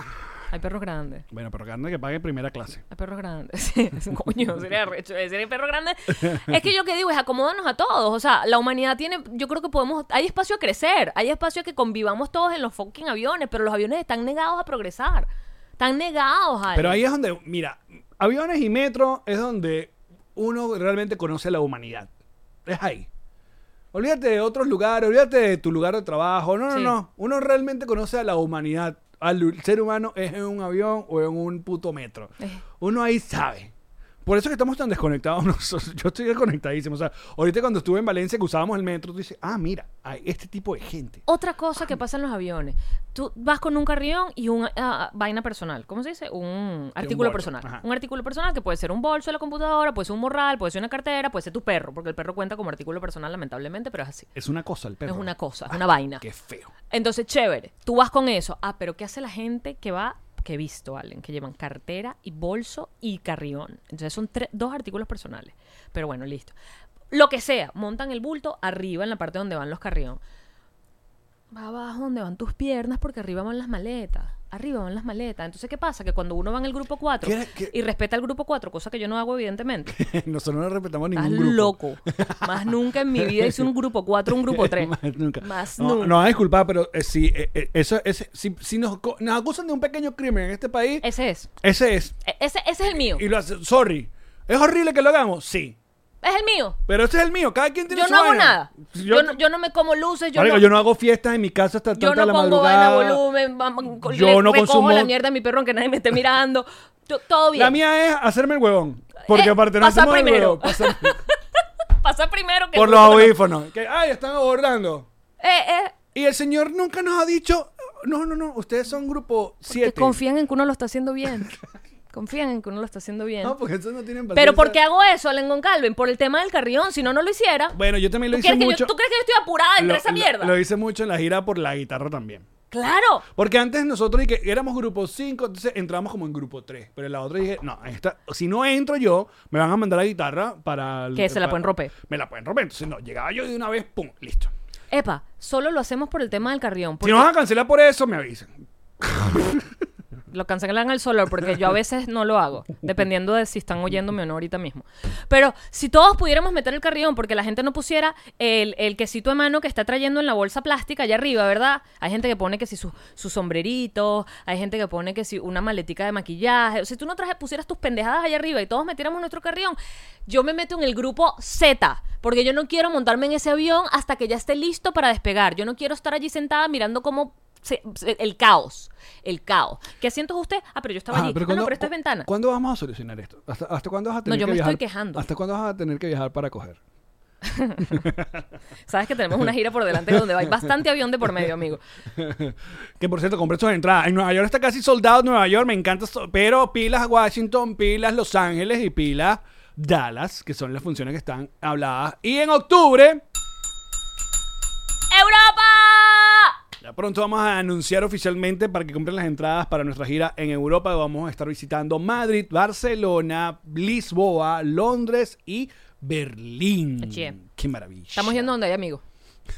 Hay perros grandes. Bueno, pero carne que pague primera clase. Hay perros grandes. (laughs) Sí, coño, sería recho decir hay perros grandes. Es que yo que digo es acomódanos a todos. O sea, la humanidad tiene. Yo creo que podemos. Hay espacio a crecer. Hay espacio a que convivamos todos en los fucking aviones. Pero los aviones están negados a progresar. Están negados a. Pero ahí es donde, mira, aviones y metro es donde uno realmente conoce la humanidad. Es ahí. Olvídate de otros lugares, olvídate de tu lugar de trabajo. No, no, Sí. no. Uno realmente conoce a la humanidad. Al ser humano es en un avión o en un puto metro. Eh. Uno ahí sabe. Por eso es que estamos tan desconectados (laughs) nosotros. Yo estoy desconectadísimo. O sea, ahorita cuando estuve en Valencia que usábamos el metro, tú dices, ah, mira, hay este tipo de gente. Otra cosa que pasa en los aviones. Tú vas con un carrión y una ah, vaina personal. ¿Cómo se dice? Un artículo bolso, personal. ajá. Un artículo personal que puede ser un bolso de la computadora, puede ser un morral, puede ser una cartera, puede ser tu perro, porque el perro cuenta como artículo personal, lamentablemente, pero es así. Es una cosa el perro. Ah, Es una cosa, es una vaina. Qué feo. (laughs) Entonces, chévere, tú vas con eso. Ah, pero ¿qué hace la gente que va, que he visto, Allen, que llevan cartera y bolso y carrión? Entonces son tres- dos artículos personales. Pero bueno, listo. Lo que sea, montan el bulto arriba en la parte donde van los carrión. Va abajo donde van tus piernas porque arriba van las maletas. Arriba van las maletas. Entonces, ¿qué pasa? Que cuando uno va en el grupo 4 ¿Qué era- qué- y respeta el grupo 4, cosa que yo no hago evidentemente, Nosotros no respetamos (laughs) ningún estás grupo. loco. Más nunca en mi vida hice un grupo 4, un grupo 3. (laughs) Más nunca. Más no, nunca. No hay disculpa, pero eh, si, eh, eh, eso, ese- si, si nos, co- nos acusan de un pequeño crimen en este país, Ese es. ese es. E- Ese, ese es el mío. Y lo hace, sorry. ¿Es horrible que lo hagamos? Sí. Es el mío. Pero ese es el mío. Cada quien tiene Yo su no hago vaina. nada. Yo, no, yo no me como luces. Yo Marico, no, yo no hago fiestas en mi casa hasta yo tanta no la pongo vaina madrugada. volumen. va- va- Yo le no recojo consumo- la mierda a mi perro aunque nadie me esté mirando. Yo- todo bien. La mía es hacerme el huevón. Porque Eh, aparte no pasa hacemos el primero. huevón. (laughs) Pasa- Pasa primero que. por el los grupo, ¿no? audífonos. Que, ay, están abordando. Eh, eh, Y el señor nunca nos ha dicho, no, no, no, ustedes son grupo que 7. confían en que uno lo está haciendo (laughs) bien. confían en que uno lo está haciendo bien. No, porque esos no tienen Pero paciencia. ¿por qué hago eso, Allen Goncalven? Por el tema del carrión. Si no, no lo hiciera. Bueno, yo también lo ¿Tú, hice crees que yo, mucho. tú crees que yo estoy apurada entre lo, esa lo- mierda? lo hice mucho en la gira por la guitarra también. Claro. Porque antes nosotros y que éramos grupo 5, entonces entramos como en grupo 3. Pero en la otra dije, no, esta, si no entro yo, me van a mandar la guitarra para... el- Que se la para- pueden romper. Me la pueden romper. Entonces, no, llegaba yo y de una vez, pum, listo. Epa, solo lo hacemos por el tema del carrión. Si porque- nos van a cancelar por eso, me avisen. Lo cancelan al solar porque yo a veces no lo hago, dependiendo de si están oyéndome o no ahorita mismo. Pero si todos pudiéramos meter el carrión porque la gente no pusiera el, el quesito de mano que está trayendo en la bolsa plástica allá arriba, ¿verdad? Hay gente que pone que si sus sus sombreritos, hay gente que pone que si una maletica de maquillaje. Si tú no traje, pusieras tus pendejadas allá arriba y todos metiéramos nuestro carrión, yo me meto en el grupo Z, porque yo no quiero montarme en ese avión hasta que ya esté listo para despegar. Yo no quiero estar allí sentada mirando cómo se- se- el caos. El caos. ¿Qué asiento es usted? Ah, pero yo estaba allí. ah, no, pero esta es cu- ventana. ¿Cuándo vamos a solucionar esto? ¿Hasta, hasta cuándo vas a tener yo que me viajar? estoy quejando. ¿Hasta cuándo vas a tener que viajar para coger? Sabes que tenemos una gira por delante (laughs) donde hay bastante avión de por medio, amigo. Que por cierto, compré sus entradas. En Nueva York está casi soldado Nueva York, me encanta. so- Pero pilas Washington, pilas Los Ángeles y pilas Dallas, que son las funciones que están habladas. Y en octubre, ¡Europa! ya pronto vamos a anunciar oficialmente para que compren las entradas para nuestra gira en Europa. Vamos a estar visitando Madrid, Barcelona, Lisboa, Londres y Berlín. Achí. Qué maravilla. Estamos yendo donde hay amigos. (laughs)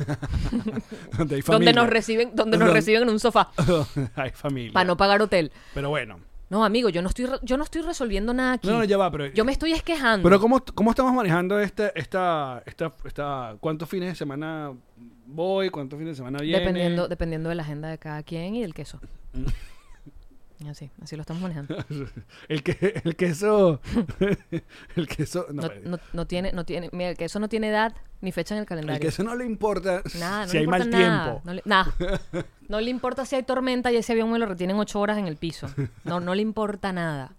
donde Donde hay familia. nos reciben, donde nos Donde- reciben en un sofá (laughs) hay familia. para no pagar hotel. Pero bueno. No, amigo, yo no estoy re- yo no estoy resolviendo nada aquí. No, no, ya va, pero. Yo me estoy esquejando. Pero ¿cómo, cómo estamos manejando esta, esta, esta, esta, cuántos fines de semana voy, cuántos fines de semana viene? Dependiendo, dependiendo de la agenda de cada quien y del (laughs) queso. Y Así, así lo estamos manejando. El, que, el queso, (laughs) el queso, no, No, pero- no- no tiene, no tiene, mira, el queso no tiene edad ni fecha en el el calendario. queso no le importa Nada, no si le hay importa mal nada. tiempo. No le, nada. No le importa si hay tormenta y ese avión me lo retienen ocho horas en el piso. No, no le importa nada.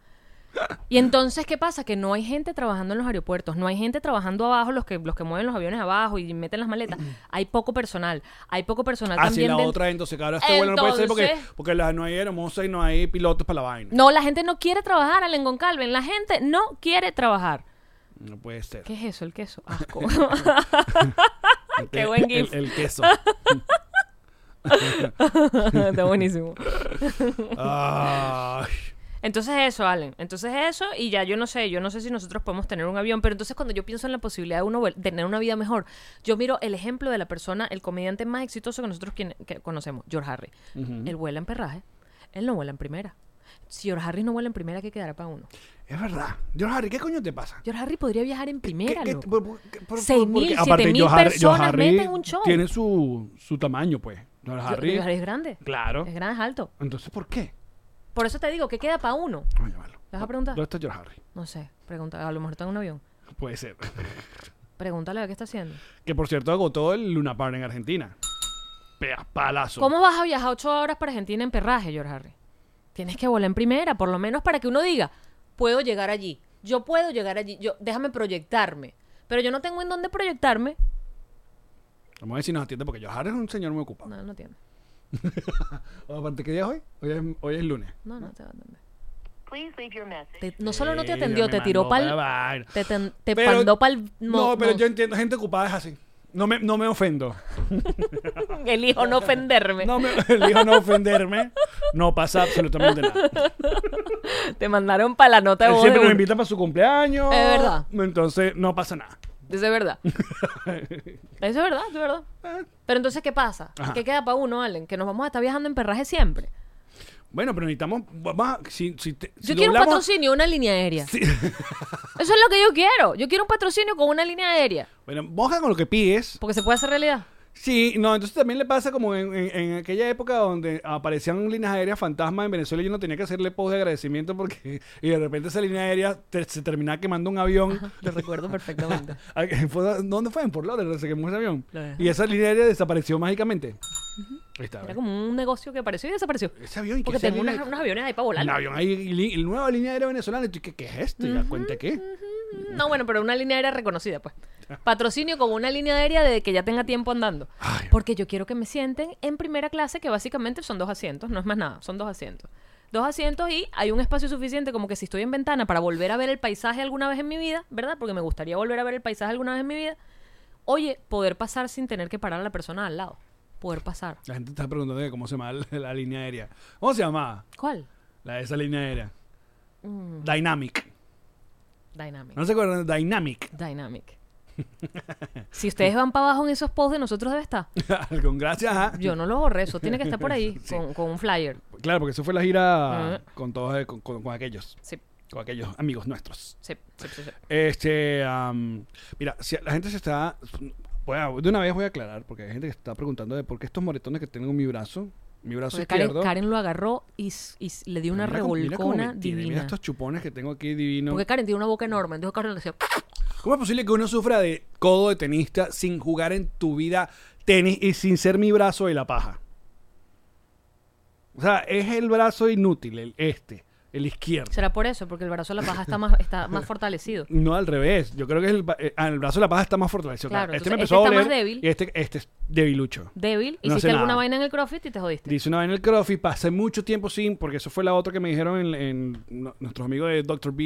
Y entonces, ¿qué pasa? Que no hay gente trabajando en los aeropuertos, no hay gente trabajando abajo, los que, los que mueven los aviones abajo y meten las (clears throat) maletas. Hay poco personal. Hay poco personal Ah, sí, también. la dentro- otra entonces, que ahora este vuelo no puede ser porque, Entonces- porque la- no hay hermosa y no hay pilotos para la vaina. No, la gente no quiere trabajar, Allen Goncalven. La gente no quiere trabajar. No, puede ser. ¿Qué es eso? El queso. Asco. (laughs) El- Qué buen el- gif. el (laughs) queso. Está buenísimo. Ay. Entonces eso, Allen. Entonces eso y ya yo no sé, yo no sé si nosotros podemos tener un avión, pero entonces cuando yo pienso en la posibilidad de uno vol- tener una vida mejor, yo miro el ejemplo de la persona, el comediante más exitoso que nosotros quien- que conocemos, George Harry. Él vuela en perraje, él no vuela en primera. Si George Harris no vuela en primera, ¿qué quedará para uno? Es verdad. George Harry, ¿qué coño te pasa? George Harris podría viajar en ¿Qué- primera. qué- loco. por- por- qué- por- por- 6.000, porque aparte 7.000 George Harry- George personas Harry meten un show. Tiene su, su tamaño, pues. George George Harry. George Harris es grande. Claro. Es grande, es alto. Entonces, ¿por qué? Por eso te digo, ¿qué queda para uno? Vamos a llamarlo. ¿Le vas a preguntar? ¿Dónde está George Harry? No sé, pregunta. A lo mejor está en un avión. Puede ser. Pregúntale a ver qué está haciendo. que por cierto agotó el Luna Park en Argentina. Pea, palazo. ¿Cómo vas a viajar ocho horas para Argentina en perraje, George Harry? Tienes que volar en primera, por lo menos para que uno diga, puedo llegar allí, yo puedo llegar allí, yo, déjame proyectarme. Pero yo no tengo en dónde proyectarme. Vamos a ver si nos atiende porque George Harry es un señor muy ocupado. (laughs) No, no tiene. Aparte, ¿qué día es hoy? Hoy es, hoy es lunes. No, no te va a atender. Te- no solo no te atendió, Ella te me tiró mandó pa'l... pa' la vaina. Te, ten- te Pero- mandó pa'l... No, pero (laughs) yo entiendo, gente ocupada es así. No me, no me ofendo. Elijo no ofenderme. No me (laughs) elijo no ofenderme. No pasa absolutamente nada. Te mandaron para la nota de Él voz. siempre de uno. nos invita para su cumpleaños. Es verdad. Entonces, no pasa nada. Eso es (laughs) verdad. Eso es verdad, eso es verdad. Pero entonces, ¿qué pasa? Ah. Ajá. ¿Qué queda para uno, Allen? Que nos vamos a estar viajando en perraje siempre. Bueno, pero necesitamos. Vamos a- si, si te- si Yo quiero un doblamos- patrocinio, una línea aérea. Sí. (laughs) Eso es lo que yo quiero. Yo quiero un patrocinio con una línea aérea. Bueno, moja con lo que pides. Porque se puede hacer realidad. Sí, no, entonces también le pasa como en, en- en aquella época donde aparecían líneas aéreas fantasmas en Venezuela y yo no tenía que hacerle post de agradecimiento porque (laughs) y de repente esa línea aérea te- se terminaba quemando un avión. (laughs) Lo recuerdo perfectamente. Ah, que (laughs) fue- ¿Dónde fue? En Fort Lauderdale se quemó ese avión. Claro. Y esa línea aérea desapareció mágicamente. Ahí está. Era ¿ves? como un negocio que apareció y desapareció. Ese avión, ¿y qué Porque ese tengo avión unas- es? unos aviones ahí para volar. Un avión ahí, y li- y nueva línea aérea venezolana. Y tú, ¿qué, qué es esto? ¿Y da cuenta qué? No, bueno, pero una línea aérea reconocida, pues. Patrocinio con una línea aérea de que ya tenga tiempo andando. Porque yo quiero que me sienten en primera clase, que básicamente son dos asientos, no es más nada, son dos asientos. Dos asientos y hay un espacio suficiente como que si estoy en ventana para volver a ver el paisaje alguna vez en mi vida, ¿verdad? Porque me gustaría volver a ver el paisaje alguna vez en mi vida. Oye, poder pasar sin tener que parar a la persona al lado. Poder pasar. La gente está preguntando que cómo se llama la, la línea aérea. ¿Cómo se llamaba ¿Cuál? la, esa línea aérea? Dynamic. Mm, Dynamic. ¿No se acuerdan? Dynamic. (laughs) Dynamic. (laughs) si ustedes van para abajo en esos posts de nosotros debe estar. Con gracias a... Yo no lo borré, eso tiene que estar por (laughs) ahí, con, con un flyer. Claro, porque eso fue la gira Ujú. con todos, eh, con, con- con aquellos, Sí, con aquellos amigos nuestros. sí, sí, sí, sí. Este, am, mira, si la gente se está, voy a- de una vez voy a aclarar, porque hay gente que está preguntando de por qué estos moretones que tengo en mi brazo, mi brazo Porque Karen, izquierdo. Karen lo agarró y, s- y s- le dio una mira cómo- mira cómo revolcona me tiene, divina. mira estos chupones que tengo aquí divino. Porque Karen tiene una boca enorme, entonces Karen le decía, ¿Cómo es posible que uno sufra de codo de tenista sin jugar en tu vida tenis y sin ser mi brazo de la paja? O sea, es el brazo inútil, el este, el izquierdo. será por eso, porque el brazo de la paja está más, está más fortalecido. No, al revés. Yo creo que el, ba- eh, ah, el brazo de la paja está más fortalecido. Claro, Claro, este me entonces, empezó a este está doler. más débil. Y este, este es debilucho. Débil, No hiciste hace alguna nada. vaina en el CrossFit y te jodiste. Dice una vez en el CrossFit, pasé mucho tiempo sin, porque eso fue la otra que me dijeron en, en no- nuestros amigos de Dr. B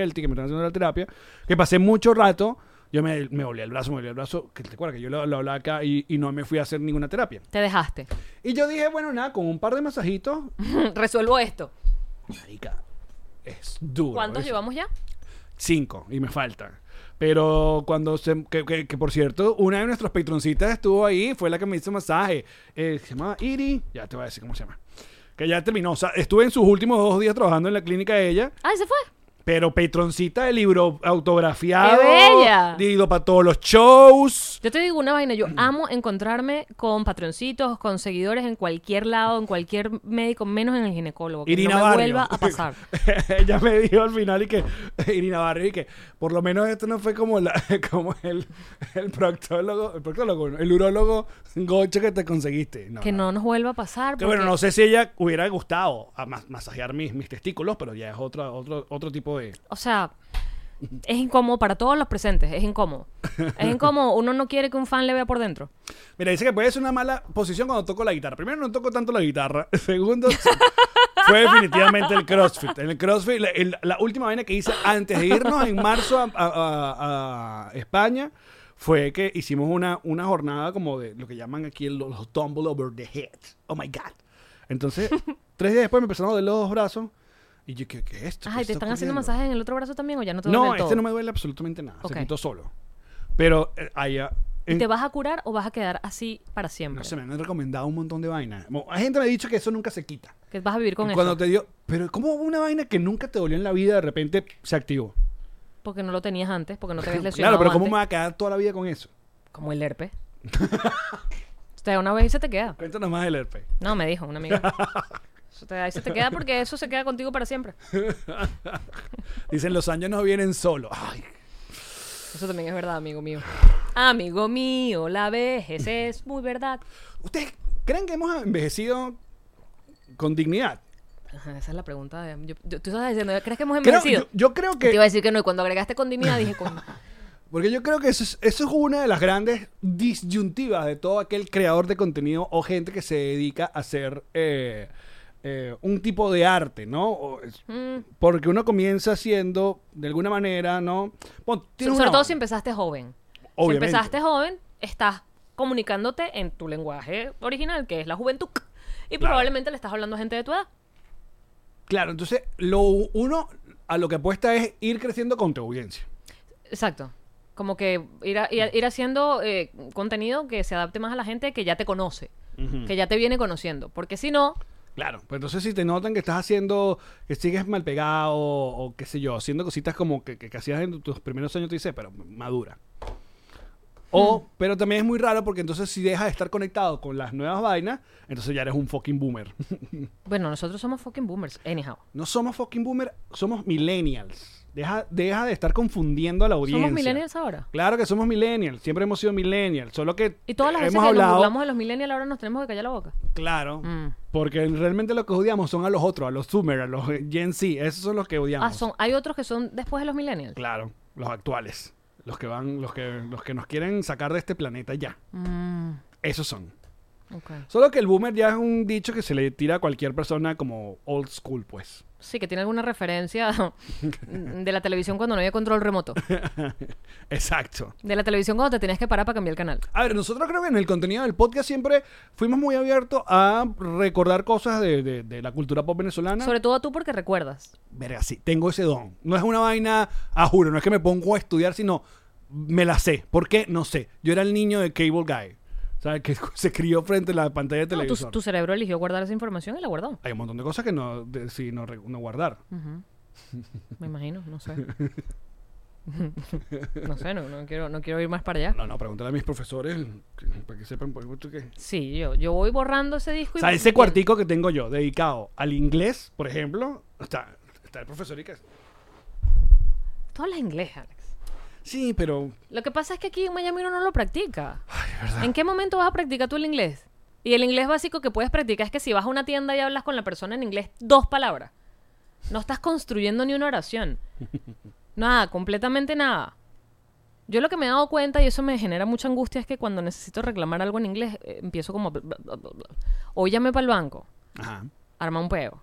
Healthy, que me están haciendo la terapia, que pasé mucho rato, yo me, me dolía el brazo, me dolía el brazo, que te acuerdas que yo lo, lo hablaba acá y, y no me fui a hacer ninguna terapia. Te dejaste. (laughs) Y yo dije, bueno, nada, con un par de masajitos, Resuelvo esto. marica, es duro. ¿Cuántos es- llevamos ya? Cinco, y me faltan. Pero cuando se. Que, que- que, por cierto, una de nuestras patroncitas estuvo ahí, fue la que me hizo masaje. Eh, se llamaba Iri, ya te voy a decir cómo se llama. Que ya terminó. O sea, estuve en sus últimos dos días trabajando en la clínica de ella, Ah, se fue. pero patroncita de libro autografiado. ¡Qué bella! Digo, para todos los shows. Yo te digo una vaina, (clears throat) yo amo encontrarme con patroncitos, con seguidores en cualquier lado, en cualquier médico, menos en el ginecólogo. Que Irina no me Barrio. vuelva a pasar. (laughs) Ella me dijo al final y que (laughs) Irina Barrio y que por lo menos esto no fue como la, (laughs) como el, el proctólogo, el proctólogo, no, el urólogo gocho que te conseguiste. No, Que no. no nos vuelva a pasar. Ah, Que porque- bueno, no sé si ella hubiera gustado a mas- masajear mis, mis testículos, pero ya es otra, otro, otro tipo de. O sea, es incómodo para todos los presentes, es (laughs) incómodo. Es incómodo, uno no quiere que un fan le vea por dentro. Mira, dice que puede ser una mala posición cuando toco la guitarra. Primero, no toco tanto la guitarra. (laughs) Segundo, sí, fue definitivamente el CrossFit. En el CrossFit, la, el- la última vaina que hice antes de irnos en marzo a, a- a- a España fue que hicimos una, una jornada como de lo que llaman aquí los, los tumble over the head. Oh my God. Entonces, tres días después me empezaron a doler los dos brazos. Y yo, ¿qué, qué es esto? ¿Qué Ay, ¿te está están haciendo ocurriendo? masajes en el otro brazo también o ya no te duele No, del este todo? no me duele absolutamente nada. Ok. Se quitó solo. Pero eh, allá ¿Y en- te vas a curar o vas a quedar así para siempre? No sé, me han recomendado un montón de vainas. Mo- Hay gente que me ha dicho que eso nunca se quita. Que vas a vivir con Y eso. cuando te dio, pero ¿cómo una vaina que nunca te dolió en la vida de repente se activó? Porque no lo tenías antes, porque no te habías lesionado Claro, pero ¿cómo antes. me va a quedar toda la vida con eso? Como el (laughs) herpes. te da una vez y se te queda. Cuéntanos más del herpes. No, me dijo una (laughs) amiga. Eso te da y se te queda porque eso se queda contigo para siempre. Dicen, los años no vienen solos. Ay, Eso también es verdad, amigo mío. Amigo mío, la vejez es muy verdad. ¿Ustedes creen que hemos envejecido con dignidad? Ajá, esa es la pregunta. de- yo- yo- tú estabas diciendo, ¿crees que hemos Creo- envejecido? yo, yo creo Te iba que, a decir que no, y cuando agregaste con dignidad dije, (laughs) coño. porque yo creo que eso es, eso es una de las grandes disyuntivas de todo aquel creador de contenido o gente que se dedica a hacer eh, eh, un tipo de arte, ¿no? O es- Mm. Porque uno comienza siendo, de alguna manera, ¿no? Bueno, tienes Sobre una- todo si empezaste joven. Obviamente. Si empezaste joven, estás comunicándote en tu lenguaje original, que es la juventud. Y probablemente le estás hablando a gente de tu edad. Claro, entonces lo uno a lo que apuesta es ir creciendo con tu audiencia. Exacto. Como que ir, a- ir, Mm. a- ir haciendo eh, contenido que se adapte más a la gente que ya te conoce, Mm. que ya te viene conociendo. Porque si no, Claro, pero entonces si te notan que estás haciendo, que sigues mal pegado o qué sé yo, haciendo cositas como que, que, que hacías en tus primeros años, tú dices, pero madura. O, Hmm. pero también es muy raro porque entonces si dejas de estar conectado con las nuevas vainas, entonces ya eres un fucking boomer. bueno, nosotros somos fucking boomers, anyhow. no somos fucking boomer, somos millennials. Deja, deja de estar confundiendo a la audiencia. Somos millennials ahora. Claro que somos millennials, siempre hemos sido millennials, solo que Y todas las hemos veces que nos hablado, burlamos de los millennials ahora nos tenemos que callar la boca. claro, Mm. porque realmente lo que odiamos son a los otros, a los Zoomer, a los Gen Z, esos son los que odiamos. Ah, son, hay otros que son después de los millennials. Claro, los actuales, los que van, los que los que nos quieren sacar de este planeta ya. Mm, Esos son. ok. Solo que el boomer ya es un dicho que se le tira a cualquier persona como old school, pues. Sí, que tiene alguna referencia (laughs) de la televisión cuando no había control remoto. Exacto. De la televisión cuando te tenías que parar para cambiar el canal. A ver, nosotros creo que en el contenido del podcast siempre fuimos muy abiertos a recordar cosas de, de- de la cultura pop venezolana. Sobre todo tú porque recuerdas. Verga, sí, tengo ese don. No es una vaina, a juro, no es que me pongo a estudiar, sino me la sé. ¿Por qué? No sé. Yo era el niño de Cable Guy. ¿Sabes? Que (laughs) se crió frente a la pantalla de No, tu, televisor. tu cerebro eligió guardar esa información y la guardó. Hay un montón de cosas que no decidí no, re- no guardar. (laughs) Ujú. Me imagino, no sé. no sé, no, no quiero, no quiero ir más para allá. No, no, pregúntale a mis profesores que- para que sepan por qué. Sí, yo, yo voy borrando ese disco O y... sea, ese cuartico que tengo yo dedicado al inglés, por ejemplo, está, está el profesor y que... Tú hablas inglés, Alex. Sí, pero... Lo que pasa es que aquí en Miami uno no lo practica. Ay, es verdad. ¿En qué momento vas a practicar tú el inglés? Y el inglés básico que puedes practicar es que si vas a una tienda y hablas con la persona en inglés dos palabras. No estás construyendo ni una oración. Nada, completamente nada. Yo lo que me he dado cuenta, y eso me genera mucha angustia, es que cuando necesito reclamar algo en inglés, eh, empiezo como... bla, bla, bla, bla, bla. O llame para el banco, Ajá. arma un peo.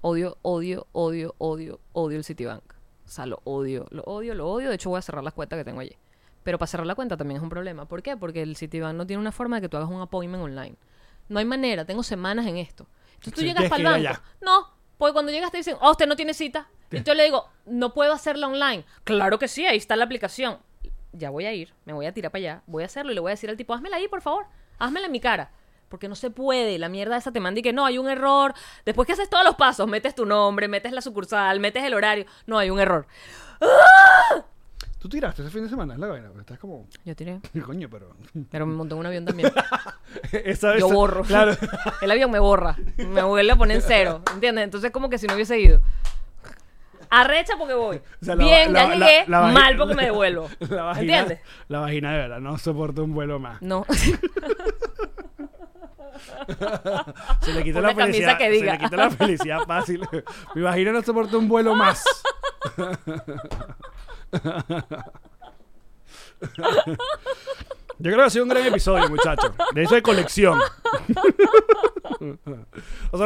Odio, odio, odio, odio, odio el Citibank. O sea, lo odio, lo odio, lo odio. De hecho, voy a cerrar las cuentas que tengo allí. Pero para cerrar la cuenta también es un problema. ¿Por qué? Porque el Citibank no tiene una forma de que tú hagas un appointment online. No hay manera, tengo semanas en esto. Entonces tú Sí, llegas tienes para el que ir banco. allá. No, porque cuando llegas te dicen, oh, usted no tiene cita. Y yo le digo, no puedo hacerla online. Claro que sí, ahí está la aplicación. Ya voy a ir, me voy a tirar para allá, voy a hacerlo y le voy a decir al tipo, házmela ahí, por favor, házmela en mi cara. Porque no se puede, la mierda esa te manda y que no, hay un error. Después que haces todos los pasos, metes tu nombre, metes la sucursal, metes el horario. No, hay un error. Tú tiraste ese fin de semana, es la vaina, pero estás como... Yo tiré, Coño, pero... (laughs) pero me monté en un avión también. Esa vez- Yo borro. (laughs) Claro. El avión me borra. Me vuelve a poner en cero. ¿Entiendes? Entonces, como que si no hubiese ido. Arrecha porque voy. O sea, la- Bien, la- ya la- llegué. la vagi- mal porque me devuelvo. (laughs) La vagina, ¿Entiendes? La vagina de verdad no soporta un vuelo más. No. (laughs) Se le quita Una la camisa felicidad. que diga. Se le quita la felicidad fácil. (laughs) Mi vagina no soporta un vuelo más. Yo creo que ha sido un gran episodio, muchachos. De eso hay colección. Nosotros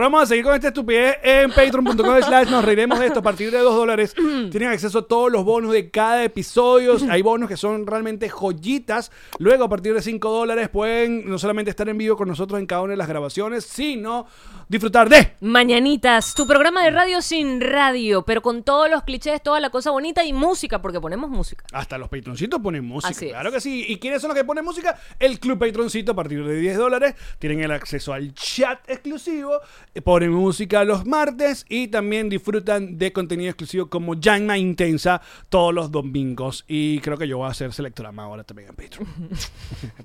vamos a seguir con esta estupidez en patreon.com slash nos reiremos de esto a partir de 2 dólares. Tienen acceso a todos los bonos de cada episodio. Hay bonos que son realmente joyitas. Luego a partir de 5 dólares pueden no solamente estar en vivo con nosotros en cada una de las grabaciones, sino disfrutar de... Mañanitas, tu programa de radio sin radio, pero con todos los clichés, toda la cosa bonita y música, porque ponemos música. Hasta los patroncitos ponen música. Así es. claro que sí. ¿Y quiénes son los que ponen música? El Club Patroncito a partir de 10 dólares. Tienen el acceso al chat exclusivo. eh, Ponen música los martes y también disfrutan de contenido exclusivo como Llama Intensa todos los domingos. Y creo que yo voy a hacer selectorama ahora también en Patreon.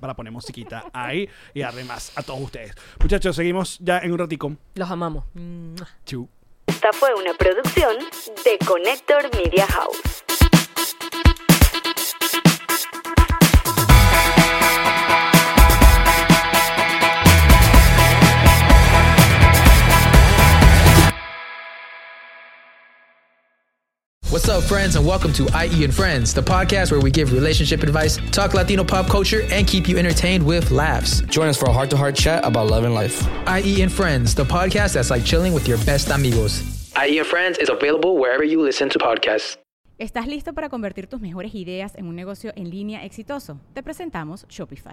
(laughs) Para poner musiquita ahí y darle más a todos ustedes. Muchachos, seguimos ya en un ratico. Los amamos. Chu. Esta fue una producción de Connector Media House. What's up, friends, and welcome to IE and Friends, the podcast where we give relationship advice, talk Latino pop culture, and keep you entertained with laughs. Join us for a heart to heart chat about love and life. IE and Friends, the podcast that's like chilling with your best amigos. IE E and Friends is available wherever you listen to podcasts. ¿Estás listo para convertir tus mejores ideas en un negocio en línea exitoso? Te presentamos Shopify.